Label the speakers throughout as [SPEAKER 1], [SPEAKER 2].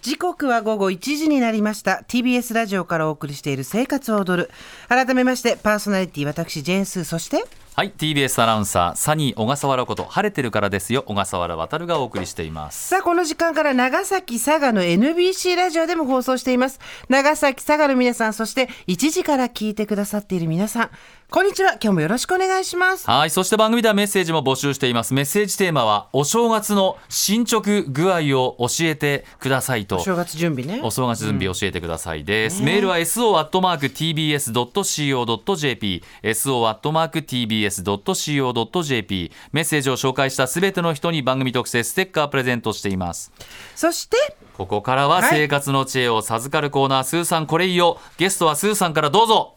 [SPEAKER 1] 時刻は午後1時になりました TBS ラジオからお送りしている「生活を踊る」改めましてパーソナリティ私ジェーンスーそして
[SPEAKER 2] はい TBS アナウンサーサニー小笠原こと晴れてるからですよ小笠原渉がお送りしています
[SPEAKER 1] さあこの時間から長崎佐賀の NBC ラジオでも放送しています長崎佐賀の皆さんそして1時から聞いてくださっている皆さんこんにちは今日もよろしくお願いします
[SPEAKER 2] はいそして番組ではメッセージも募集していますメッセージテーマはお正月の進捗具合を教えてくださいと
[SPEAKER 1] お正月準備ね
[SPEAKER 2] お正月準備教えてくださいです、メールは so.tbs.co.jp so.tbs.co.jp メッセージを紹介したすべての人に番組特製ステッカープレゼントしています
[SPEAKER 1] そして
[SPEAKER 2] ここからは
[SPEAKER 1] はい
[SPEAKER 2] 生活の知恵を授かるコーナー、スーさんこれいいよゲストはスーさんからどうぞ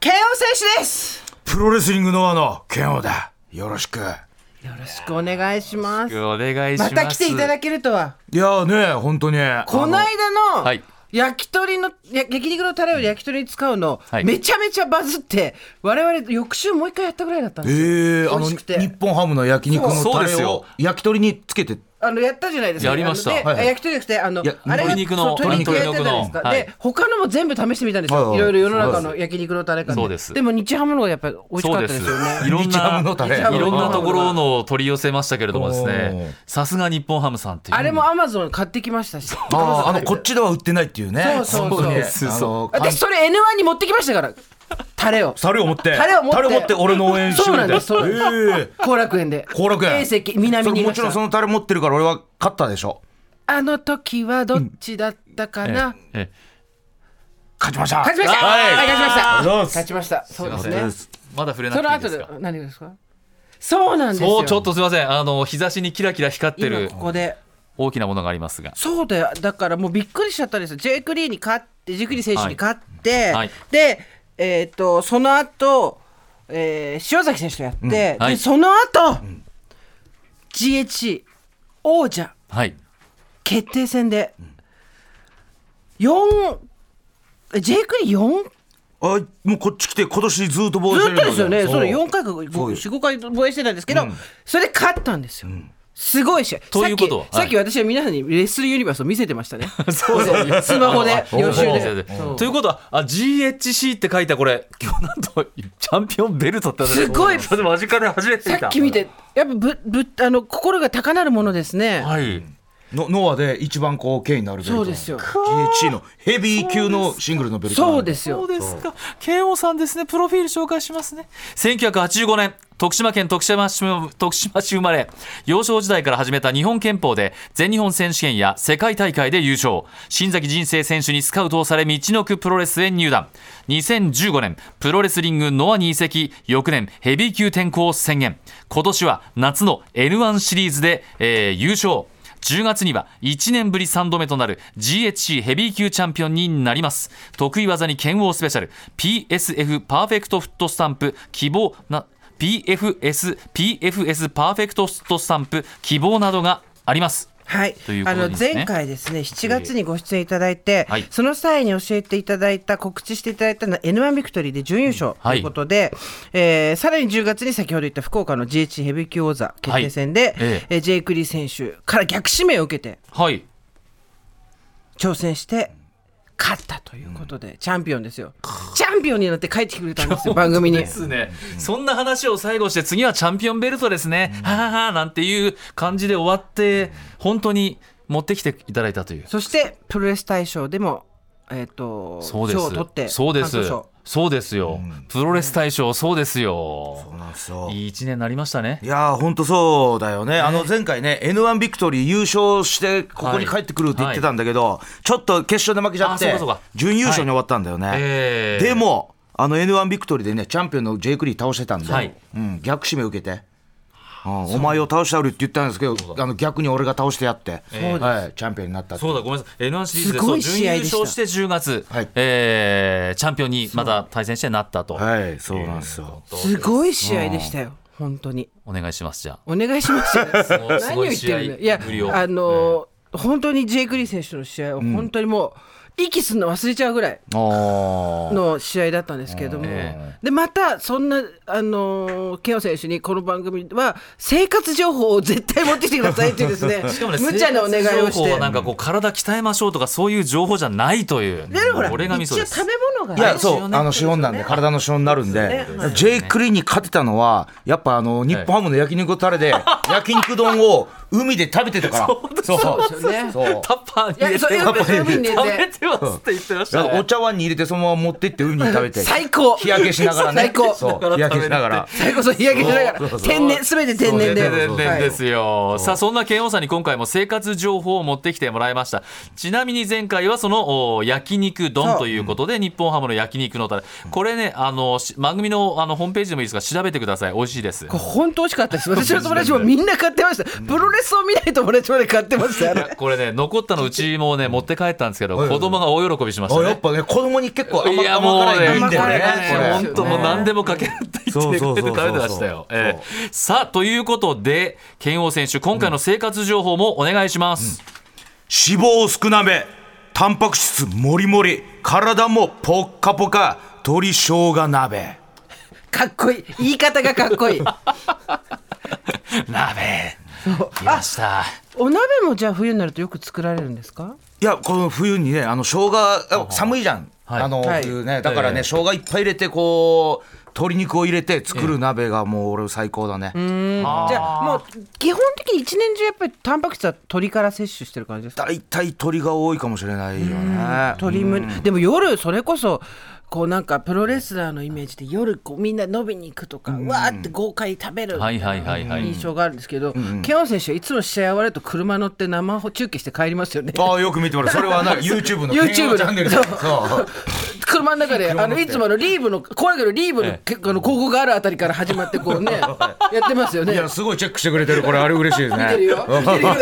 [SPEAKER 1] 慶応選手です
[SPEAKER 3] プロレスリングノアの剣王だ。よろしく。い
[SPEAKER 1] よろしくお願いします
[SPEAKER 2] お願いしま
[SPEAKER 1] ますた来ていただけるとは
[SPEAKER 3] やーね、本当に。
[SPEAKER 1] この間の、
[SPEAKER 2] はい
[SPEAKER 1] 焼き鳥のや焼肉のタレより焼き鳥に使うの、
[SPEAKER 2] はい
[SPEAKER 1] めちゃめちゃバズって我々翌週もう一回やったぐらいだったん
[SPEAKER 3] え
[SPEAKER 1] ですよ、
[SPEAKER 3] ー、あ
[SPEAKER 1] 美
[SPEAKER 3] の、
[SPEAKER 1] 味しくて
[SPEAKER 3] 日本ハムの焼肉の
[SPEAKER 2] そう
[SPEAKER 3] タ
[SPEAKER 2] で
[SPEAKER 3] レ
[SPEAKER 2] すよ
[SPEAKER 3] を焼き鳥につけて。
[SPEAKER 1] あのやったじゃないですか
[SPEAKER 2] やりました
[SPEAKER 1] あので
[SPEAKER 3] はいはい
[SPEAKER 1] 焼き鳥じゃなくてあの
[SPEAKER 3] いや
[SPEAKER 1] あれが
[SPEAKER 2] 鶏肉の
[SPEAKER 1] そう鶏肉やったじゃないですか、
[SPEAKER 2] 鶏
[SPEAKER 1] で
[SPEAKER 2] 肉のは
[SPEAKER 1] 他のも全部試してみたんですよ、
[SPEAKER 3] はいはい
[SPEAKER 1] いろいろ世の中
[SPEAKER 3] そう
[SPEAKER 1] の焼肉のタレから
[SPEAKER 2] そうです
[SPEAKER 1] も日ハムの方がやっぱり美味しかっ
[SPEAKER 2] そう
[SPEAKER 1] た
[SPEAKER 2] で
[SPEAKER 1] ですすよね
[SPEAKER 2] いろん
[SPEAKER 3] 日ハ
[SPEAKER 2] な
[SPEAKER 3] ムのタレ
[SPEAKER 2] いろんなところのを取り寄せましたけれどもです
[SPEAKER 3] おー
[SPEAKER 2] ねさすが日本ハムさんっていう
[SPEAKER 1] あれもアマゾン買ってきましたし
[SPEAKER 3] あーあの、こっちでは売ってないっていうね。
[SPEAKER 1] そうそうそう
[SPEAKER 3] 本当に
[SPEAKER 2] そう
[SPEAKER 3] あの、かん
[SPEAKER 1] 私それ N1 に持ってきましたからタレを
[SPEAKER 3] タレを持って。
[SPEAKER 1] タレを持って
[SPEAKER 3] 俺の応援しよ
[SPEAKER 1] そうなんです
[SPEAKER 3] みた
[SPEAKER 1] そう
[SPEAKER 3] いええ
[SPEAKER 1] 後楽園で
[SPEAKER 3] 後楽園。
[SPEAKER 1] A 席南
[SPEAKER 3] それ
[SPEAKER 1] にい
[SPEAKER 3] も
[SPEAKER 1] ま
[SPEAKER 3] ち
[SPEAKER 1] し
[SPEAKER 3] ろんそ
[SPEAKER 1] た
[SPEAKER 3] のタレ持ってるから俺は勝ったでしょ。
[SPEAKER 1] あの時はどっちだったかな、
[SPEAKER 2] ええ
[SPEAKER 3] 勝ちました。
[SPEAKER 1] 勝ちました、
[SPEAKER 3] はい
[SPEAKER 1] はい、勝ちました
[SPEAKER 3] りがとうございます
[SPEAKER 1] 勝ちまましたそうです
[SPEAKER 2] すい
[SPEAKER 1] ね
[SPEAKER 2] まだ触れな
[SPEAKER 1] そ
[SPEAKER 2] く
[SPEAKER 1] の
[SPEAKER 2] て
[SPEAKER 1] 後
[SPEAKER 2] いいです
[SPEAKER 1] で
[SPEAKER 2] か
[SPEAKER 1] 何がですかそうなんですよ
[SPEAKER 2] そうちょっとすみませんあの日差しにキラキラ光って
[SPEAKER 1] 今
[SPEAKER 2] る
[SPEAKER 1] ここで
[SPEAKER 2] 大きなものがありますが
[SPEAKER 1] そうだよだからもうびっくりしちゃったんですよジェイク・リーに勝ってジェイク・リー選手に勝って、
[SPEAKER 2] はい
[SPEAKER 1] でえっ、とその後、えー塩崎選手とやって、で
[SPEAKER 2] はい
[SPEAKER 1] その後、GHC 王者
[SPEAKER 2] はい
[SPEAKER 1] 決定戦で4ジェイク・リー4
[SPEAKER 3] あもうこっち来て今年ずっと防衛し
[SPEAKER 1] ず
[SPEAKER 3] て
[SPEAKER 1] っ
[SPEAKER 3] る
[SPEAKER 1] とですよね、
[SPEAKER 3] う
[SPEAKER 1] それ4回か
[SPEAKER 3] そうよ
[SPEAKER 1] 45回防衛してたんですけど、それで勝ったんですよ。すごい試合
[SPEAKER 2] ということは
[SPEAKER 1] さっき,、
[SPEAKER 2] はい
[SPEAKER 1] さっき私は皆さんにレッスルユニバースを見せてましたね
[SPEAKER 2] そうそう
[SPEAKER 1] スマホで予習でそう
[SPEAKER 2] ということはあ GHC って書いたこれ今日なんとチャンピオンベルトって
[SPEAKER 1] すごい
[SPEAKER 2] それ間近で初めて見
[SPEAKER 1] さ
[SPEAKER 2] た
[SPEAKER 1] っき見てやっぱぶぶあの心が高鳴るものですね、
[SPEAKER 2] はい
[SPEAKER 3] のノアで一番こう権威のあるベル
[SPEAKER 1] そ
[SPEAKER 3] ト
[SPEAKER 1] うですよ
[SPEAKER 3] GHC のヘビー級のシングルのベルトなん
[SPEAKER 1] そうです
[SPEAKER 2] そ
[SPEAKER 1] よ
[SPEAKER 2] うですか慶応さんですねプロフィール紹介しますね1985年徳島県徳島市徳島市生まれ幼少時代から始めた日本憲法で全日本選手権や世界大会で優勝新崎人生選手にスカウトをされ道のくプロレスへ入団2015年プロレスリングノアに移籍翌年ヘビー級転向を宣言今年は夏の N1 シリーズで、えー優勝10月には1年ぶり3度目となる GHC ヘビー級チャンピオンになります得意技に剣王スペシャル PSF パーフェクトフットスタンプ希望な PFS PFS パーフェクトフットスタンプ希望などがあります
[SPEAKER 1] はい
[SPEAKER 2] というこ
[SPEAKER 1] あ
[SPEAKER 2] と
[SPEAKER 1] の
[SPEAKER 2] ですね
[SPEAKER 1] 前回ですね7月にご出演いただいて、
[SPEAKER 2] はい
[SPEAKER 1] その際に教えていただいた告知していただいたのは N1 ビクトリーで準優勝と
[SPEAKER 2] はい
[SPEAKER 1] いうことで、えーさらに10月に先ほど言った福岡の GH ヘビー級王座決定戦で、
[SPEAKER 2] いえ
[SPEAKER 1] えージェイク・リー選手から逆指名を受けて
[SPEAKER 2] はい
[SPEAKER 1] 挑戦して勝ったということで、チャンピオンですよチャンピオンになって帰ってくれたんです よ番組に
[SPEAKER 2] で。すね、そんな話を最後して次はチャンピオンベルトですね、はははなんていう感じで終わって本当に持ってきていただいたという
[SPEAKER 1] そしてプロレス大賞でも、えー、と
[SPEAKER 2] そうで
[SPEAKER 1] 賞を取って
[SPEAKER 2] すそうで
[SPEAKER 1] 感
[SPEAKER 2] す
[SPEAKER 1] 想賞
[SPEAKER 2] そうですよ、プロレス大賞そうですよ
[SPEAKER 3] そうなんですよ
[SPEAKER 2] いい一年になりましたね
[SPEAKER 3] い。やー本当そうだよね、あの前回ね、N1 ビクトリー優勝して、ここに帰ってくるって言ってたんだけど、ちょっと決勝で負けちゃっ
[SPEAKER 2] あそう
[SPEAKER 3] て
[SPEAKER 2] かそうか、
[SPEAKER 3] 準優勝に終わったんだよね。
[SPEAKER 2] えー
[SPEAKER 3] でも、あの N1 ビクトリーでね、チャンピオンのジェイク・リー倒してたんで、
[SPEAKER 2] はい
[SPEAKER 3] うん、逆指名受けて、うんお前を倒してやるって言ったんですけど、あの逆に俺が倒してやって、はい、チャンピオンになったっていう
[SPEAKER 2] そうだごめんなさい N1 シリーズです
[SPEAKER 1] ごい
[SPEAKER 2] そう
[SPEAKER 1] 試合
[SPEAKER 2] 準優
[SPEAKER 1] でした
[SPEAKER 2] 勝して10月、
[SPEAKER 3] はい
[SPEAKER 2] えーチャンピオンにまた対戦してなったと、
[SPEAKER 3] はい、そうなんですよ。
[SPEAKER 1] すごい試合でしたよ、本当に。
[SPEAKER 2] お願いしますじゃあ
[SPEAKER 1] お願いしますよ。
[SPEAKER 2] ごい
[SPEAKER 1] 何を言ってるの
[SPEAKER 2] すごい試合
[SPEAKER 1] いや
[SPEAKER 2] ぶり、を
[SPEAKER 1] あのー本当にジェイク・リー選手の試合を本当にもう、息するの忘れちゃうぐらい
[SPEAKER 2] おー
[SPEAKER 1] の試合だったんですけれども、
[SPEAKER 2] え
[SPEAKER 1] でまたそんな、あのー、ケオ選手にこの番組は生活情報を絶対持ってきてくださいっていうですね
[SPEAKER 2] しかもね、
[SPEAKER 1] 無茶なお願い
[SPEAKER 2] 生
[SPEAKER 1] を
[SPEAKER 2] 活
[SPEAKER 1] し
[SPEAKER 2] 情報は
[SPEAKER 1] て。
[SPEAKER 2] なんかこう体鍛えましょうとかそういう情報じゃないという。
[SPEAKER 1] でもほら
[SPEAKER 2] これがミソ
[SPEAKER 1] 一
[SPEAKER 2] で
[SPEAKER 1] 応
[SPEAKER 2] す
[SPEAKER 1] 食。べ物が
[SPEAKER 3] い
[SPEAKER 1] ね
[SPEAKER 3] や、そう、
[SPEAKER 2] 塩ね
[SPEAKER 3] あの、資本なんで、体の資本になるんで
[SPEAKER 1] そうですねは、い
[SPEAKER 3] J クリに勝てたのは、やっぱあの、日本ハムの焼肉タレで、焼肉丼を海で食べてたから。そう
[SPEAKER 1] そうですよね
[SPEAKER 3] そう
[SPEAKER 2] タッパーに
[SPEAKER 1] い
[SPEAKER 2] 入れて
[SPEAKER 1] やそれ
[SPEAKER 2] 食べ
[SPEAKER 1] それ海に入れて
[SPEAKER 2] てますって言ってまし
[SPEAKER 3] だ
[SPEAKER 2] た
[SPEAKER 3] からお
[SPEAKER 2] ね。
[SPEAKER 3] 茶碗に入れて、そのまま持ってって海に食べて。
[SPEAKER 1] 最高
[SPEAKER 3] 日焼けしながらね。
[SPEAKER 1] 最高
[SPEAKER 3] そう、日焼けしながら。
[SPEAKER 1] 最高そう日焼けしなが
[SPEAKER 3] そう
[SPEAKER 1] ら
[SPEAKER 3] そうそう
[SPEAKER 1] 天然すべて天然
[SPEAKER 3] そう
[SPEAKER 1] で
[SPEAKER 3] そうそう
[SPEAKER 2] 全然ですよ。さあ、そんな剣王さんに今回も生活情報を持ってきてもらいました。ちなみに前回はそのお焼肉
[SPEAKER 1] そ
[SPEAKER 2] 丼
[SPEAKER 1] う
[SPEAKER 2] ということで、日本ハムの焼肉のタレ。これね、あの、し番組のあのホームページでもいいですが、調べてください。美味しいです。
[SPEAKER 1] これ本当美味しか ったです私の友達もみんな買ってましたプロレスを見ない友達まで買ってましたよ
[SPEAKER 2] いやこれね、残ったのうちもね、持って帰ったんですけど、子供が大喜びしました
[SPEAKER 3] あ
[SPEAKER 2] ね
[SPEAKER 3] やっ。ぱね、子供に結構甘
[SPEAKER 2] いや
[SPEAKER 3] 甘
[SPEAKER 2] もう
[SPEAKER 3] 辛
[SPEAKER 2] ね、
[SPEAKER 3] いのいいんだよね
[SPEAKER 1] 甘辛い。
[SPEAKER 3] こ
[SPEAKER 1] ね
[SPEAKER 3] れ
[SPEAKER 2] 本当もう何でもかけるって言ってくれて食べてましたよ。
[SPEAKER 3] そうそうそうそう
[SPEAKER 2] ええさあということで剣王選手今回の生活情報もお願いします。
[SPEAKER 3] 脂肪少なめタンパク質もりもり体もポッカポカ鶏生姜鍋
[SPEAKER 1] かっこいい言い方がかっこいい
[SPEAKER 2] 鍋来ました。
[SPEAKER 1] お鍋もじゃあ冬になるとよく作られるんですか
[SPEAKER 3] いやこの冬にねあの生姜あ寒いじゃん、
[SPEAKER 2] はい
[SPEAKER 3] あの
[SPEAKER 1] はい
[SPEAKER 3] 冬ねだからね、
[SPEAKER 2] ええ
[SPEAKER 3] 生姜いっぱい入れてこう鶏肉を入れて作る鍋がもう俺最高だね、
[SPEAKER 2] あー
[SPEAKER 1] じゃあもう基本的に一年中やっぱりタンパク質は鶏から摂取してる感じですか
[SPEAKER 3] 大体鶏が多いかもしれないよね
[SPEAKER 1] 鶏むでも夜それこそこうなんかプロレスラーのイメージで夜こうみんな飲みに行くとか、わーって豪快に食べるみたいな
[SPEAKER 2] はいはいはいはい
[SPEAKER 1] 印象があるんですけど、ケオン選手はいつも試合終わると車乗って生中継して帰りますよね。
[SPEAKER 3] ああよく見てもらうそれ はな YouTube の
[SPEAKER 1] YouTube の
[SPEAKER 3] チャンネルで
[SPEAKER 1] そう
[SPEAKER 3] そう
[SPEAKER 1] 車の中で
[SPEAKER 3] 車
[SPEAKER 1] あ
[SPEAKER 3] 乗
[SPEAKER 1] の
[SPEAKER 3] って
[SPEAKER 1] いつもあのリーブの怖いけどリーブの
[SPEAKER 2] え
[SPEAKER 1] け
[SPEAKER 2] え
[SPEAKER 1] あの広告があるあたりから始まってこ うねやってますよ
[SPEAKER 3] い
[SPEAKER 1] ね
[SPEAKER 3] や。すごいチェックしてくれてるこれあれ嬉しいですね
[SPEAKER 1] 見てる よ見てるよ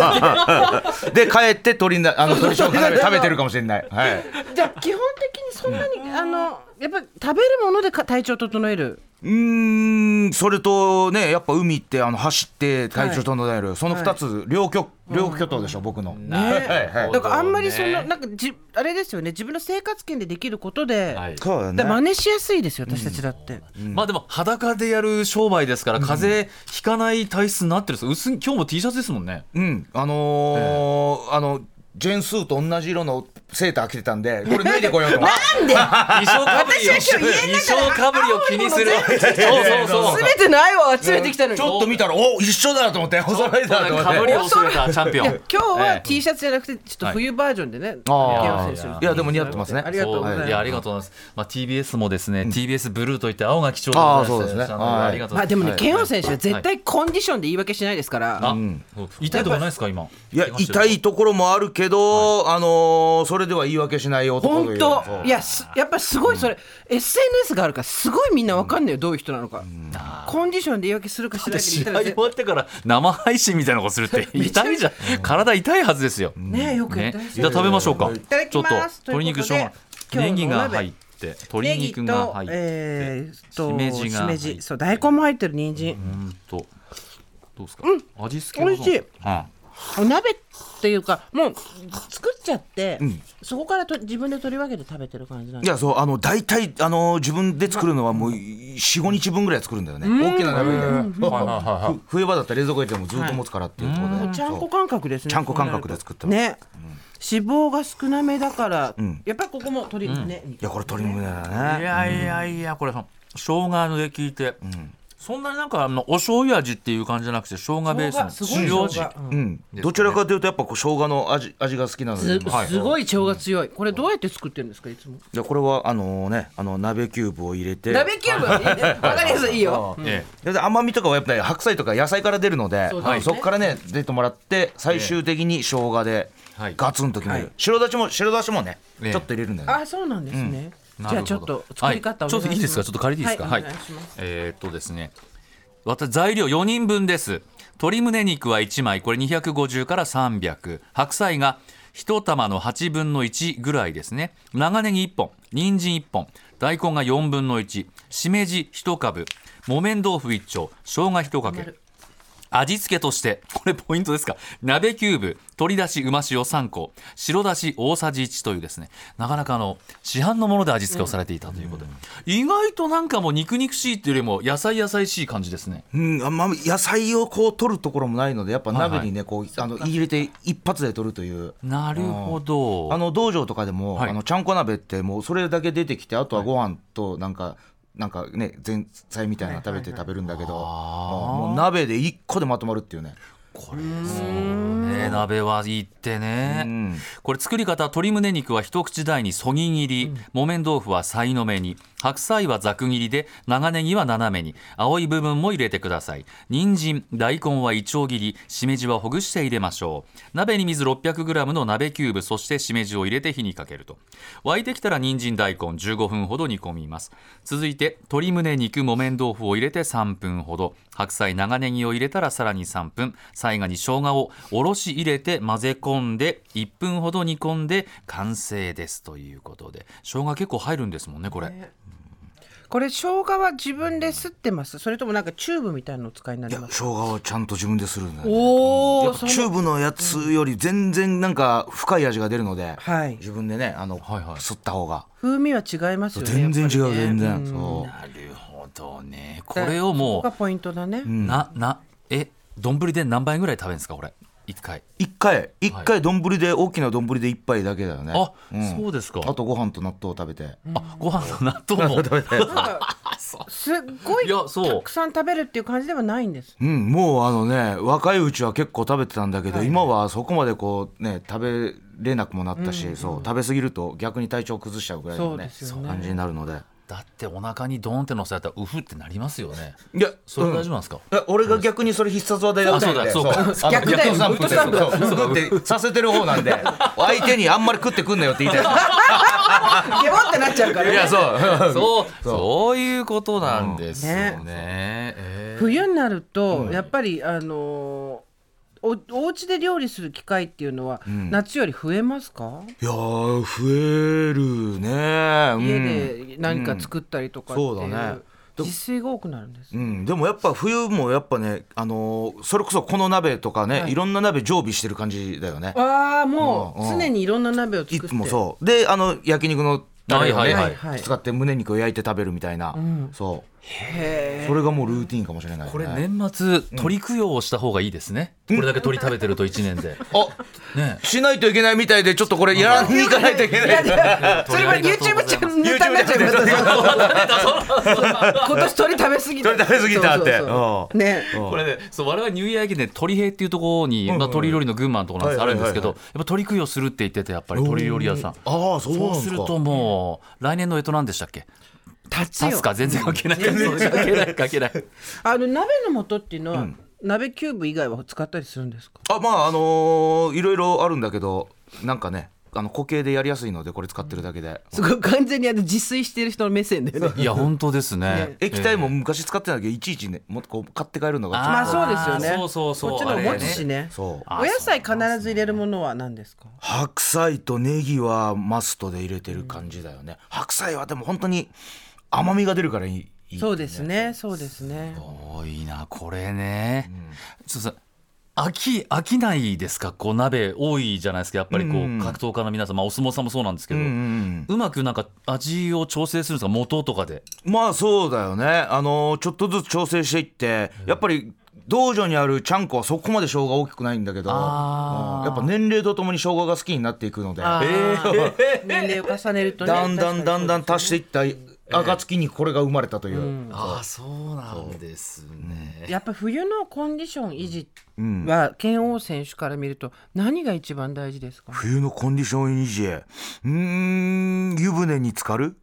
[SPEAKER 3] で帰って鶏なあの鶏生姜鍋食べてるかもしれないはい
[SPEAKER 1] じゃあ基本的にそんなにあのやっぱり食べるものでか体調整える。
[SPEAKER 3] うーんそれとねやっぱ海ってあの走って体調整える、その2つ両極両巨頭でしょ、僕の、
[SPEAKER 1] ね
[SPEAKER 3] はいはい
[SPEAKER 1] だからあんまりそ
[SPEAKER 2] な
[SPEAKER 1] の
[SPEAKER 2] るほどね
[SPEAKER 1] なんかじあれですよね自分の生活圏でできることで、
[SPEAKER 2] はい
[SPEAKER 3] そうだ
[SPEAKER 1] だから真似しやすいですよ私たちだって、
[SPEAKER 2] まあでも裸でやる商売ですから風邪ひかない体質になってるんです薄い今日も T シャツですもんね。
[SPEAKER 3] うんあのーあのジェンスーと同じ色のセーター着てたんでこれ脱いでこようと思って
[SPEAKER 1] なんで
[SPEAKER 2] 衣装かぶりを
[SPEAKER 1] 私は今日
[SPEAKER 2] 衣装かぶりを気に する。そうそうそう。
[SPEAKER 1] 全ての愛を集めてきたのに
[SPEAKER 3] ちょっと見たらお一緒だと思ってお揃いだと思
[SPEAKER 2] かぶり
[SPEAKER 3] っ
[SPEAKER 2] を恐れたチャンピオ
[SPEAKER 1] いや
[SPEAKER 2] ン。
[SPEAKER 1] 今日
[SPEAKER 2] え
[SPEAKER 1] は
[SPEAKER 2] え
[SPEAKER 1] T シャツじゃなくてちょっと冬バージョンでね、
[SPEAKER 3] あ
[SPEAKER 1] 竹山選
[SPEAKER 3] て
[SPEAKER 1] 手
[SPEAKER 3] いやでも似合ってますね
[SPEAKER 1] ありがとうござい
[SPEAKER 2] そ
[SPEAKER 1] ます
[SPEAKER 2] いやありがとうございます。まあ TBS もですね、TBS ブルーといって青が貴重
[SPEAKER 3] ああ
[SPEAKER 2] な
[SPEAKER 3] そうですね
[SPEAKER 2] チャンネル
[SPEAKER 3] はい
[SPEAKER 2] ありがとう
[SPEAKER 1] ま
[SPEAKER 2] ござ
[SPEAKER 1] あ
[SPEAKER 2] い
[SPEAKER 1] でもね、
[SPEAKER 2] はい
[SPEAKER 1] ケンオ選手は絶対コンディションで言い訳しないですから、
[SPEAKER 2] あ、痛いとこないですか今。
[SPEAKER 3] いや痛いところもあるけど、あのーそれでは言い訳しない男とい
[SPEAKER 1] 本
[SPEAKER 3] う
[SPEAKER 1] 当
[SPEAKER 3] そう
[SPEAKER 1] いやすやっぱすごいそれ、SNS があるからすごいみんなわかんないよどういう人なのか、コンディションで言い訳するかしないかで
[SPEAKER 2] 試
[SPEAKER 1] 言った
[SPEAKER 2] 合
[SPEAKER 1] ら
[SPEAKER 2] 終わってから生配信みたいなことす るって痛いじゃん体痛いはずですよ、
[SPEAKER 1] ねよくや
[SPEAKER 2] ね
[SPEAKER 1] ったです
[SPEAKER 2] じ
[SPEAKER 1] よ
[SPEAKER 2] ゃあ食べましょうか
[SPEAKER 3] い
[SPEAKER 1] ただ
[SPEAKER 2] ち
[SPEAKER 1] き
[SPEAKER 2] ょっと
[SPEAKER 1] ます
[SPEAKER 2] 鶏肉し
[SPEAKER 1] と
[SPEAKER 2] ょ
[SPEAKER 1] いうう
[SPEAKER 2] が
[SPEAKER 1] ことで
[SPEAKER 2] ネギが
[SPEAKER 1] 今日のお鍋
[SPEAKER 2] 入って鶏肉が入っ
[SPEAKER 1] ネギと
[SPEAKER 2] て、
[SPEAKER 1] えーっとし
[SPEAKER 2] しめ
[SPEAKER 1] め
[SPEAKER 2] じ
[SPEAKER 1] じ
[SPEAKER 2] が入って
[SPEAKER 1] そう大根も入ってる人参、
[SPEAKER 2] うんとどうですか、味付けはどう
[SPEAKER 1] 美味しい
[SPEAKER 2] うん
[SPEAKER 1] お鍋っていうかもう作っちゃって、そこからと自分で取り分けて食べてる感じなん
[SPEAKER 3] い
[SPEAKER 1] で
[SPEAKER 3] やそうあの大体あの自分で作るのはもう45日分ぐらい作るんだよね大きな鍋で
[SPEAKER 2] はいはいはいはい
[SPEAKER 3] ふ冬場だったら冷蔵庫入れてもずっと持つからっていうところで
[SPEAKER 1] ちゃん
[SPEAKER 3] そ
[SPEAKER 1] こ感覚ですね
[SPEAKER 3] ちゃんこ感覚で作ってます
[SPEAKER 1] ね、脂肪が少なめだから、やっぱりここも取り、ね
[SPEAKER 3] ういやこれ鶏胸だ
[SPEAKER 2] い
[SPEAKER 3] ね
[SPEAKER 2] やいやいやこれ生姜で効いて、そんなになんかあのお醤油味っていう感じじゃなくて生姜ベースの
[SPEAKER 1] すごい
[SPEAKER 2] 塩
[SPEAKER 1] 生
[SPEAKER 2] 味
[SPEAKER 1] 姜う
[SPEAKER 3] うんんどちらかというとやっぱこう生姜の味味が好きなのです
[SPEAKER 2] はい
[SPEAKER 1] すごい腸が強いこれどうやって作ってるんですかいつも
[SPEAKER 3] いやこれはあのねあの鍋キューブを入れて
[SPEAKER 1] 鍋キューブいいねわかりやすいいいよ
[SPEAKER 2] え
[SPEAKER 3] で甘みとかはやっぱり白菜とか野菜から出るので
[SPEAKER 1] そうですね
[SPEAKER 3] はいそこからね出てもらって最終的に生姜で
[SPEAKER 2] はい
[SPEAKER 3] ガツンと決め
[SPEAKER 1] は
[SPEAKER 3] る
[SPEAKER 1] い
[SPEAKER 3] 白だしも白だしもね
[SPEAKER 2] ええ
[SPEAKER 3] ちょっと入れるんだよね
[SPEAKER 1] あそうなんですね、
[SPEAKER 2] えな
[SPEAKER 1] じゃ
[SPEAKER 2] る
[SPEAKER 1] あ
[SPEAKER 2] ほど
[SPEAKER 1] ちょっと作り方お
[SPEAKER 2] はい
[SPEAKER 1] 願いします、
[SPEAKER 2] ちょっといいですかちょっと借りていいですか
[SPEAKER 1] はい、お願いします
[SPEAKER 2] えーっとですね私材料4人分です鶏胸肉は1枚これ250から300白菜が1玉の8分の1ぐらいですね長ネギ1本人参1本大根が4分の1しめじ1株木綿豆腐1丁生姜1かけ味付けとしてこれポイントですか鍋キューブ鶏だしうま塩3個白だし大さじ1というですねなかなかあの市販のもので味付けをされていたということで、意外となんかもう肉肉しいっていうよりも野菜野菜しい感じですね
[SPEAKER 3] うん、あんま野菜をこう取るところもないのでやっぱ
[SPEAKER 2] はいはい
[SPEAKER 3] 鍋にね、こうあの入れて一発で取るという
[SPEAKER 2] なるほど、
[SPEAKER 3] あの道場とかでも、
[SPEAKER 2] はい
[SPEAKER 3] あのちゃんこ鍋ってもうそれだけ出てきてあとはご飯となんか、なんかね前菜みたいなの食べて食べるんだけど、うんもう鍋で一個でまとまるっていうね
[SPEAKER 2] これそうね鍋はいいってね、
[SPEAKER 3] ん
[SPEAKER 2] これ作り方鶏胸肉は一口大にそぎ切り、木綿豆腐はさいの目に白菜はざく切りで長ネギは斜めに青い部分も入れてください人参大根はいちょう切りしめじはほぐして入れましょう鍋に水 600g の鍋キューブそしてしめじを入れて火にかけると沸いてきたら人参大根15分ほど煮込みます続いて鶏胸肉木綿豆腐を入れて3分ほど白菜長ネギを入れたらさらに3分最後に生姜をおろし入れて混ぜ込んで1分ほど煮込んで完成ですということで生姜結構入るんですもんねこれ、
[SPEAKER 1] これ生姜は自分ですってますそれともなんかチューブみたいなのお使いになります
[SPEAKER 3] 生姜はちゃんと自分でするんだよね
[SPEAKER 1] お
[SPEAKER 3] や
[SPEAKER 1] お
[SPEAKER 3] っぱチューブのやつより全然なんか深い味が出るので、
[SPEAKER 1] はい
[SPEAKER 3] 自分でねあの、
[SPEAKER 2] はいはい
[SPEAKER 3] 吸った方が
[SPEAKER 1] 風味は違いますよね
[SPEAKER 3] 全然違う、
[SPEAKER 1] やっぱりね
[SPEAKER 3] 全然そ
[SPEAKER 2] なるほどねこれをも
[SPEAKER 1] ここがポイントだね、
[SPEAKER 2] うななえ丼で何杯ぐらい食べるんですかこれ1回
[SPEAKER 3] う一回一回丼で大きな丼で一杯だけだよね
[SPEAKER 2] あ、
[SPEAKER 3] ん
[SPEAKER 2] そうですか
[SPEAKER 3] あとご飯と納豆を食べて
[SPEAKER 2] あご飯と納豆 も
[SPEAKER 1] すっごい
[SPEAKER 2] いやそう
[SPEAKER 1] たくさん食べるっていう感じではないんです
[SPEAKER 3] うん、もうあのね若いうちは結構食べてたんだけど、今はそこまでこうね食べれなくもなったし、そう食べ過ぎると逆に体調崩しちゃうぐらいの
[SPEAKER 1] そう
[SPEAKER 3] ね
[SPEAKER 1] ですよね
[SPEAKER 3] 感じになるので
[SPEAKER 2] だってお腹にドーンって乗せられたらうふってなりますよね
[SPEAKER 3] いや
[SPEAKER 2] それ大丈夫なんですか、
[SPEAKER 3] え俺が逆にそれ必殺技だ
[SPEAKER 2] あそうだそうか
[SPEAKER 1] 逆だよ
[SPEAKER 3] ウッドスタンプでそうそう食ってさせてる方なんで相手にあんまり食ってくんなよって言いたい
[SPEAKER 1] ゲボってなっちゃうから
[SPEAKER 3] いやそう
[SPEAKER 2] そうそういうことなんですよね,、
[SPEAKER 1] うん
[SPEAKER 2] えー
[SPEAKER 1] 冬になると、やっぱりあのーおお家で料理する機会っていうのは、夏より増えますか、
[SPEAKER 3] いやー増えるねうん
[SPEAKER 1] 家で何か作ったりとかっていう、
[SPEAKER 3] うんそうだね
[SPEAKER 1] 自炊が多くなるんです、
[SPEAKER 3] うん、でもやっぱ冬もやっぱね、あのーそれこそこの鍋とかね、い、ろんな鍋常備してる感じだよね。
[SPEAKER 1] ああも
[SPEAKER 3] うん
[SPEAKER 1] う
[SPEAKER 3] うん
[SPEAKER 1] 常にいろんな鍋を作っ
[SPEAKER 3] い
[SPEAKER 1] て
[SPEAKER 3] つもそう。で、あの焼肉のタレをね、
[SPEAKER 2] はいはいはい
[SPEAKER 1] はい
[SPEAKER 3] 使って胸肉を焼いて食べるみたいな、そう。それがもうルーティンかもしれない、ね。
[SPEAKER 2] これ。年末鳥供養をした方がいいですね、これだけ鳥食べてると1年で
[SPEAKER 3] あ、
[SPEAKER 2] ね
[SPEAKER 3] しないといけないみたいで、ちょっとこれやらに行かないといけない。
[SPEAKER 1] いやそれは YouTube チャンネルになっちゃいます今年鳥食べ過ぎた
[SPEAKER 3] 鳥食べ過ぎたって
[SPEAKER 1] そうそうそうね
[SPEAKER 2] これね、そう我々ニューイヤー駅伝鳥平っていうところに、まあ、鳥料理の群馬のところなんです、
[SPEAKER 3] はいは
[SPEAKER 2] あ
[SPEAKER 3] い
[SPEAKER 2] るん
[SPEAKER 3] はい
[SPEAKER 2] ですけど、やっぱ鳥供養するって言っててやっぱり鳥料理屋さん
[SPEAKER 3] ああ、そう
[SPEAKER 2] そ
[SPEAKER 3] なんで
[SPEAKER 2] う
[SPEAKER 3] す
[SPEAKER 2] す
[SPEAKER 3] か。
[SPEAKER 2] るともう来年の干支なんでしたっけ
[SPEAKER 1] 立つ
[SPEAKER 2] 立
[SPEAKER 1] よ
[SPEAKER 2] つか全然関係ない 関係ない関係ない
[SPEAKER 1] あの鍋の素っていうのは、鍋キューブ以外は使ったりするんですか
[SPEAKER 3] あ、まあ、あのーいろいろあるんだけど、なんかね、あの固形でやりやすいので、これ使ってるだけで。
[SPEAKER 1] すごい完全にあの自炊してる人の目線だよね
[SPEAKER 2] いや本当ですね
[SPEAKER 3] 液体も昔使ってたけど、いちいちね、もっとこう買って帰るのが。
[SPEAKER 1] まあそうですよね
[SPEAKER 2] そうそうそう
[SPEAKER 1] こっちの方持つしね
[SPEAKER 3] そう。
[SPEAKER 1] お野菜必ず入れるものは何ですか
[SPEAKER 3] 白菜とネギはマストで入れてる感じだよね、白菜はでも本当に甘みが出るからいいいい
[SPEAKER 1] そうですねそうですね
[SPEAKER 2] 多いなこれね、ちょっとさ飽き飽きないですかこう鍋多いじゃないですかやっぱりこう、格闘家の皆さん、まあ、お相撲さんもそうなんですけど、うまくなんか味を調整するんですか元とかで
[SPEAKER 3] まあそうだよねあのーちょっとずつ調整していって、やっぱり道場にあるちゃんこはそこまで生姜大きくないんだけど、うん
[SPEAKER 2] あー
[SPEAKER 3] やっぱ年齢とともに生姜が好きになっていくので
[SPEAKER 1] あ
[SPEAKER 3] だ
[SPEAKER 1] ー年齢を重ねるとね
[SPEAKER 3] んだんだんだん足していった暁にこれが生まれたという、
[SPEAKER 2] ああそうなんですね
[SPEAKER 1] やっぱ冬のコンディション維持は剣王選手から見ると何が一番大事ですか、
[SPEAKER 3] 冬のコンディション維持うーん湯船に浸かる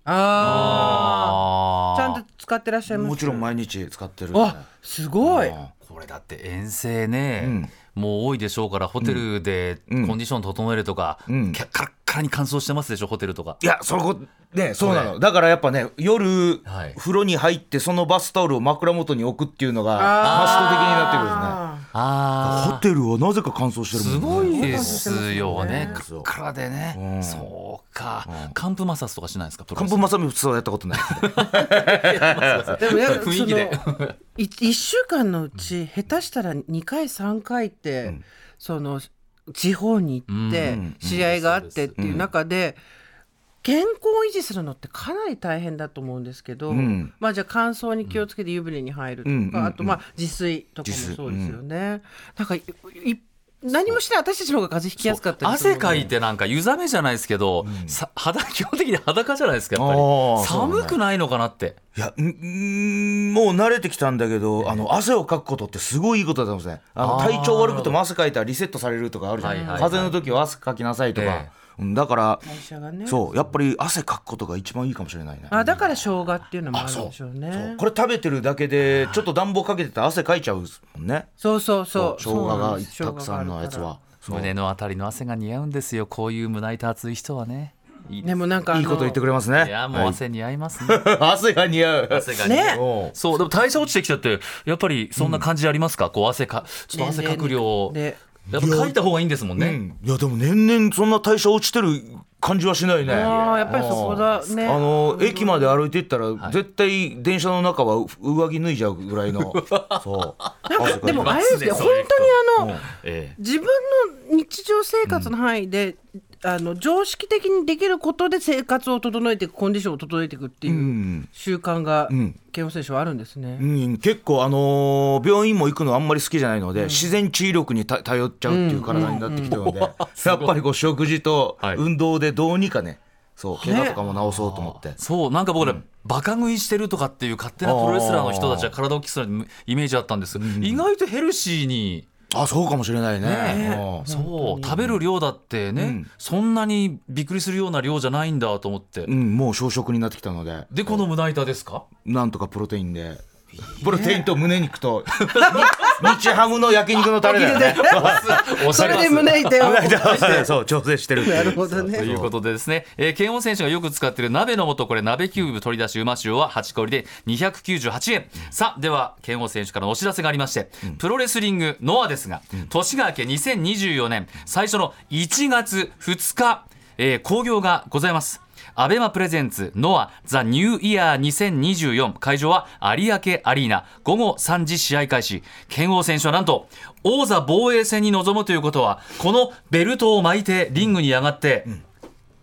[SPEAKER 1] あ
[SPEAKER 2] あ
[SPEAKER 1] あちゃん
[SPEAKER 2] と
[SPEAKER 1] と使ってらっしゃいます
[SPEAKER 3] もちろん毎日使ってる、
[SPEAKER 1] あすごい
[SPEAKER 2] これだって遠征ね、もう多いでしょうからホテルでコンディション整えるとか、キャッカラッカラに乾燥してますでしょホテルとか
[SPEAKER 3] いや、そこ、ね、そうなの。だからやっぱね、夜、
[SPEAKER 2] はい
[SPEAKER 3] 風呂に入って、そのバスタオルを枕元に置くっていうのが、マスト的になってくるんですね。
[SPEAKER 2] あ
[SPEAKER 3] ホテルはなぜか乾燥してるもん
[SPEAKER 2] す
[SPEAKER 3] ね。
[SPEAKER 2] ごいですよね
[SPEAKER 3] そう。
[SPEAKER 2] からでね。そうか、乾布摩擦とかしないですかプロ
[SPEAKER 3] 漢
[SPEAKER 2] レス
[SPEAKER 3] 方正美普通はやったことない
[SPEAKER 1] でもや
[SPEAKER 2] 雰囲気で
[SPEAKER 1] そのい一週間のうち下手したら二回三回って、その地方に行って
[SPEAKER 3] うん
[SPEAKER 1] 試合があってっていう中で。健康を維持するのってかなり大変だと思うんですけど、
[SPEAKER 3] うん
[SPEAKER 1] まあじゃあ乾燥に気をつけて湯船に入るとか、
[SPEAKER 3] うんうん
[SPEAKER 1] あとまあ自炊とかも
[SPEAKER 3] 自炊
[SPEAKER 1] そうですよね。なんかいい何もしない私たちの方が風邪ひきやすかったりする
[SPEAKER 2] 汗
[SPEAKER 1] ので
[SPEAKER 2] かいてなんか湯冷めじゃないですけど、さ肌 基本的に裸じゃないですかやっぱ
[SPEAKER 3] あー
[SPEAKER 2] り
[SPEAKER 3] そうなんだ
[SPEAKER 2] 寒くないのかなって
[SPEAKER 3] いや、んんーもう慣れてきたんだけど、あの汗をかくことってすごいいいことだと思うんですね。あの
[SPEAKER 2] あー
[SPEAKER 3] 体調悪くても汗かいたらリセットされるとかあるじゃん。
[SPEAKER 2] はいはいはい
[SPEAKER 3] 風邪の時は汗かきなさいとか。
[SPEAKER 2] え
[SPEAKER 3] うんだから、
[SPEAKER 1] 代謝がね
[SPEAKER 3] そう、やっぱり汗かくことが一番いいかもしれないね。
[SPEAKER 1] あだから生姜っていうのもあ
[SPEAKER 3] あ
[SPEAKER 1] るん
[SPEAKER 3] そう
[SPEAKER 1] でしょう
[SPEAKER 3] そう
[SPEAKER 1] ね。
[SPEAKER 3] これ食べてるだけで、ちょっと暖房かけてたら汗かいちゃうもんね。
[SPEAKER 1] そうそうそう。
[SPEAKER 3] 生姜
[SPEAKER 1] そうな
[SPEAKER 3] が
[SPEAKER 1] んです
[SPEAKER 3] たくさんのやつは。。そう
[SPEAKER 2] 胸のあたりの汗が似合うんですよこういう胸板熱い人はねいい
[SPEAKER 1] でもなんかあの
[SPEAKER 3] いいこと言ってくれますね。
[SPEAKER 2] いやもう
[SPEAKER 3] はい
[SPEAKER 2] 汗に合いますね、
[SPEAKER 3] 汗が似合う。
[SPEAKER 2] 汗が
[SPEAKER 1] ね
[SPEAKER 3] おう
[SPEAKER 2] そうでも代謝落ちてきちゃってやっぱりそんな感じありますか、こう汗かちょっと汗かく量をやっ
[SPEAKER 1] で
[SPEAKER 2] ぱかいた方がいいんですもんね、
[SPEAKER 3] うん、いやでも年々そんな代謝落ちてる感じはしないね。
[SPEAKER 1] ああやっぱりそこだね。
[SPEAKER 3] あの駅まで歩いていったら、絶対電車の中はう上着脱いじゃうぐらいのそう
[SPEAKER 1] なん
[SPEAKER 3] 汗か
[SPEAKER 1] か
[SPEAKER 3] いて
[SPEAKER 1] でもあれですね
[SPEAKER 2] そ
[SPEAKER 1] 本
[SPEAKER 2] ういう人
[SPEAKER 1] 当にあの
[SPEAKER 2] ええ
[SPEAKER 1] 自分の日常生活の範囲で、あの常識的にできることで生活を整えていくコンディションを整えていくっていう習慣が慶応選手はあるんですね。
[SPEAKER 3] うん、結構、あのー病院も行くのあんまり好きじゃないので、自然治癒力にた頼っちゃうっていう体になってきてるので、 やっぱりこう食事と
[SPEAKER 2] はい
[SPEAKER 3] 運動でどうにかね、そう怪我とかも治そうと思って、
[SPEAKER 2] そうなんか僕ら、バカ食いしてるとかっていう勝手なプロレスラーの人たちは体を大きくするイメージあったんです、意外とヘルシーに
[SPEAKER 3] あそうかもしれないね。うん
[SPEAKER 2] そう食べる量だってね、そんなにびっくりするような量じゃないんだと思って、
[SPEAKER 3] うん、もう小食になってきたので、
[SPEAKER 2] でこの胸板ですか
[SPEAKER 3] なんとかプロテインで。プロテインと胸肉と 日ハムの焼肉のタレだよね。
[SPEAKER 2] おし
[SPEAKER 1] そ
[SPEAKER 2] ゃれ
[SPEAKER 1] れ
[SPEAKER 2] ます
[SPEAKER 1] で胸痛 を。
[SPEAKER 3] そう調整してるっていう
[SPEAKER 1] なるほどね
[SPEAKER 2] ということでですね、えー、剣王選手がよく使っている鍋の素これ鍋キューブ取り出しうま塩は8個入りで298円、さあでは剣王選手からのお知らせがありまして、プロレスリングノアですが、年が明け2024年最初の1月2日、えー、興行がございますアベマプレゼンツノアザニューイヤー2024会場は有明アリーナ午後3時試合開始剣王選手はなんと王座防衛戦に臨むということはこのベルトを巻いてリングに上がって、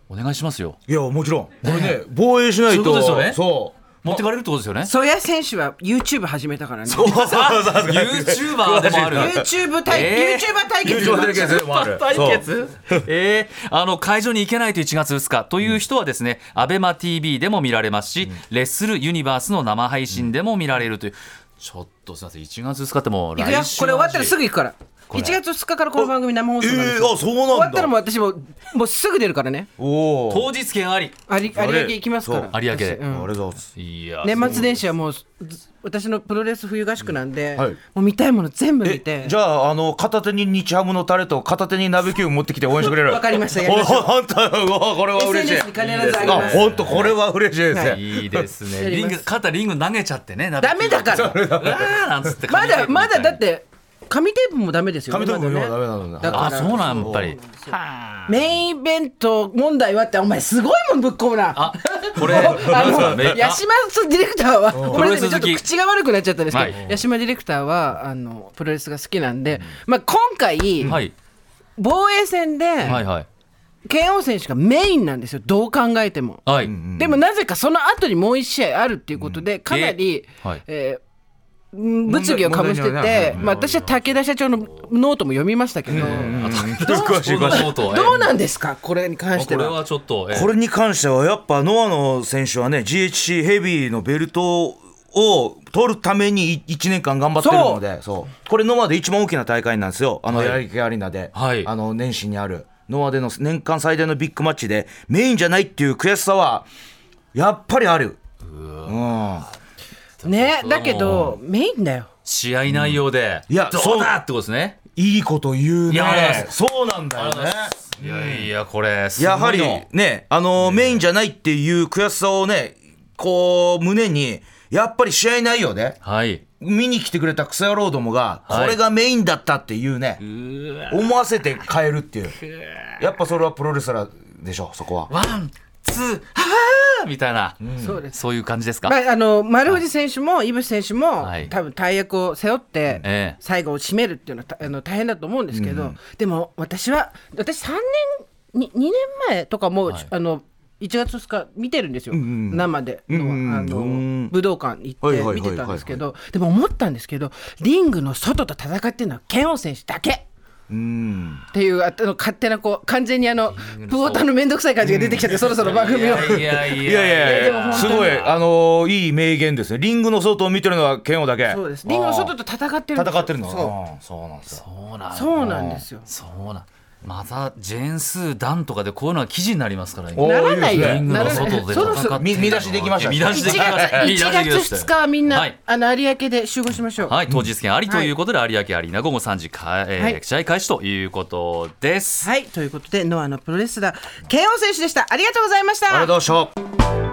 [SPEAKER 2] お願いしますよ
[SPEAKER 3] いやもちろんこれね防衛しないと
[SPEAKER 2] そういうことですよね
[SPEAKER 3] そう
[SPEAKER 2] 持ってかれるってことですよね
[SPEAKER 1] ソヤ選手は YouTube 始めたからね。
[SPEAKER 2] YouTuber でも ある
[SPEAKER 1] YouTube 対、
[SPEAKER 2] えー
[SPEAKER 1] YouTuber 対決。
[SPEAKER 3] YouTuber 対決でもある
[SPEAKER 2] 対決えーあの会場に行けないと1月2日という人はですね、アベマ t v でも見られますし、レッスルユニバースの生配信でも見られるという、ちょっとすみません1月2日ってもう
[SPEAKER 1] 行くよ
[SPEAKER 2] 来週
[SPEAKER 1] これ終わったらす
[SPEAKER 2] ぐ
[SPEAKER 1] ぐ行くから1
[SPEAKER 2] れ
[SPEAKER 1] 月2日からこの番組生放送なんです
[SPEAKER 3] えーあそうなんだ
[SPEAKER 1] 終わったらもう私ももうすぐ出るからね
[SPEAKER 3] おお
[SPEAKER 2] 当日券あり
[SPEAKER 1] 有有明行きますから
[SPEAKER 2] そう有明で
[SPEAKER 1] 私う
[SPEAKER 3] あり
[SPEAKER 1] ん
[SPEAKER 3] がとうございます
[SPEAKER 2] いや
[SPEAKER 1] 年末年始はもうず私のプロレス冬合宿なんで、
[SPEAKER 3] はい
[SPEAKER 1] もう見たいもの全部見て
[SPEAKER 3] じゃああの片手に日ハムのタレと片手に鍋キューブ持ってきて応援してくれる
[SPEAKER 1] わかりましたやり
[SPEAKER 3] お
[SPEAKER 1] ましょう
[SPEAKER 3] 本当うわこれは嬉しい
[SPEAKER 1] SNS に必ずあげ
[SPEAKER 3] あ
[SPEAKER 1] ます
[SPEAKER 3] 本当これは嬉しいですね、
[SPEAKER 2] いいですね
[SPEAKER 1] や
[SPEAKER 2] リ
[SPEAKER 1] り
[SPEAKER 2] ン
[SPEAKER 1] ます
[SPEAKER 2] グ肩リング投げちゃってね
[SPEAKER 1] ダメだから
[SPEAKER 2] うわーなんつって
[SPEAKER 1] まだまだだってて紙テープもダメですよね
[SPEAKER 3] 紙テープも
[SPEAKER 1] まだね
[SPEAKER 3] 今はダメなのね
[SPEAKER 1] だから
[SPEAKER 2] あそうなんやっぱり
[SPEAKER 1] メインイベント問題はってお前すごいもんぶっ込むな
[SPEAKER 2] あこ れ
[SPEAKER 1] あ
[SPEAKER 2] なん
[SPEAKER 1] の
[SPEAKER 2] ですか
[SPEAKER 1] 八島ディレクターはごめんなさいちょっ
[SPEAKER 2] プロ
[SPEAKER 1] と
[SPEAKER 2] レス好き
[SPEAKER 1] 口が悪くなっちゃったんですけど、
[SPEAKER 2] はい
[SPEAKER 1] 八島ディレクターはあのプロレスが好きなんで、まあ、今回、
[SPEAKER 2] はい
[SPEAKER 1] 防衛戦で
[SPEAKER 2] はいはい
[SPEAKER 1] 拳王選手がメインなんですよどう考えても、
[SPEAKER 2] はい、
[SPEAKER 1] でもなぜかその後にもう1試合あるっていうことでかなり、
[SPEAKER 2] えはい
[SPEAKER 1] えーうん物議をかぶしてて、
[SPEAKER 3] 問題にはなる
[SPEAKER 1] まあ、私は武田社長のノートも読みましたけど、
[SPEAKER 3] 詳しい詳しい
[SPEAKER 2] ど
[SPEAKER 1] どうなんですかこれに関して
[SPEAKER 2] これ
[SPEAKER 1] は。
[SPEAKER 2] はちょっと、ええ
[SPEAKER 3] これに関してはやっぱノアの選手はね GHC ヘビーのベルトを取るために1年間頑張ってるのでそうこれノアで一番大きな大会なんですよあの
[SPEAKER 2] はい
[SPEAKER 3] やりきアリーナで、
[SPEAKER 2] はい
[SPEAKER 3] あの年始にあるノアでの年間最大のビッグマッチでメインじゃないっていう悔しさはやっぱりあるうん
[SPEAKER 1] ね、だけどメインだよ。
[SPEAKER 2] 試合内容で、
[SPEAKER 3] うんいや
[SPEAKER 2] ど
[SPEAKER 3] そうう
[SPEAKER 2] だってことですね。
[SPEAKER 3] いいこと言う
[SPEAKER 2] いやありがとうござい
[SPEAKER 3] ね
[SPEAKER 2] ま
[SPEAKER 3] そうなんだよね
[SPEAKER 2] いやいや、これ、すごい
[SPEAKER 3] やはり
[SPEAKER 2] の
[SPEAKER 3] ね、あのメインじゃないっていう悔しさをね、こう、胸に、やっぱり試合内容で、
[SPEAKER 2] はい。
[SPEAKER 3] 見に来てくれたクソ野郎どもが、こ
[SPEAKER 2] はい
[SPEAKER 3] れがメインだったっていうね、思わせて変えるっていう、やっぱそれはプロレスラーでしょそこは。
[SPEAKER 2] ワン、ツー、はーみたいな、
[SPEAKER 1] そうです。
[SPEAKER 2] そういう感じですか。
[SPEAKER 1] まあ、あの丸藤選手も、井渕選手も、
[SPEAKER 2] はい
[SPEAKER 1] 多分大役を背負って、
[SPEAKER 2] ええ
[SPEAKER 1] 最後を締めるっていうのはたあの大変だと思うんですけど、でも私は、私3年に、2年前とかも、
[SPEAKER 2] はい
[SPEAKER 1] あの1月2日見てるんですよ、
[SPEAKER 3] うん
[SPEAKER 1] 生での,、
[SPEAKER 3] うん
[SPEAKER 1] あの
[SPEAKER 3] うん
[SPEAKER 1] 武道館行
[SPEAKER 3] はいはい
[SPEAKER 1] って
[SPEAKER 3] はい
[SPEAKER 1] 見
[SPEAKER 3] はい
[SPEAKER 1] てたんですけど、でも思ったんですけど、リングの外と戦ってるのは、剣王選手だけ。
[SPEAKER 3] うん。
[SPEAKER 1] っていうあの勝手なこう完全にあのプオーターの面倒くさい感じが出てきちゃって、そろそろ番
[SPEAKER 2] い
[SPEAKER 1] 組を
[SPEAKER 2] やいやい
[SPEAKER 3] いやいやい
[SPEAKER 1] いやでも
[SPEAKER 3] や、
[SPEAKER 1] 本
[SPEAKER 3] す
[SPEAKER 1] 当に
[SPEAKER 3] ごい、あのーいい名言ですね。リングの外を見てるのは剣王だけ。
[SPEAKER 1] そうですリングの外と戦ってるんですよ
[SPEAKER 3] 戦ってるの。
[SPEAKER 1] そう
[SPEAKER 3] うんそうなんですよ。
[SPEAKER 2] そうなんだ
[SPEAKER 1] そうなんですよ。
[SPEAKER 2] そうなんまたジェーンスーダンとかでこういうのは記事になりますから
[SPEAKER 3] お
[SPEAKER 2] 今
[SPEAKER 1] ならないよ。
[SPEAKER 3] いいですね
[SPEAKER 2] リング
[SPEAKER 1] な
[SPEAKER 2] の
[SPEAKER 1] らない
[SPEAKER 2] 外で
[SPEAKER 1] そ
[SPEAKER 2] 戦
[SPEAKER 1] ろ
[SPEAKER 2] っ
[SPEAKER 1] そろ
[SPEAKER 2] て
[SPEAKER 3] み見出しできました
[SPEAKER 2] 見出しできました
[SPEAKER 1] 1月2日はみんな、
[SPEAKER 2] はい
[SPEAKER 1] あの有明で集合しましょう。
[SPEAKER 2] はい当日券ありということで、有明アリーナ午後3時か、えー
[SPEAKER 1] はい
[SPEAKER 2] 試合開始ということです
[SPEAKER 1] はいということでノアのプロレスラー慶応選手でした。ありがとうございました。
[SPEAKER 3] ありがとうございました。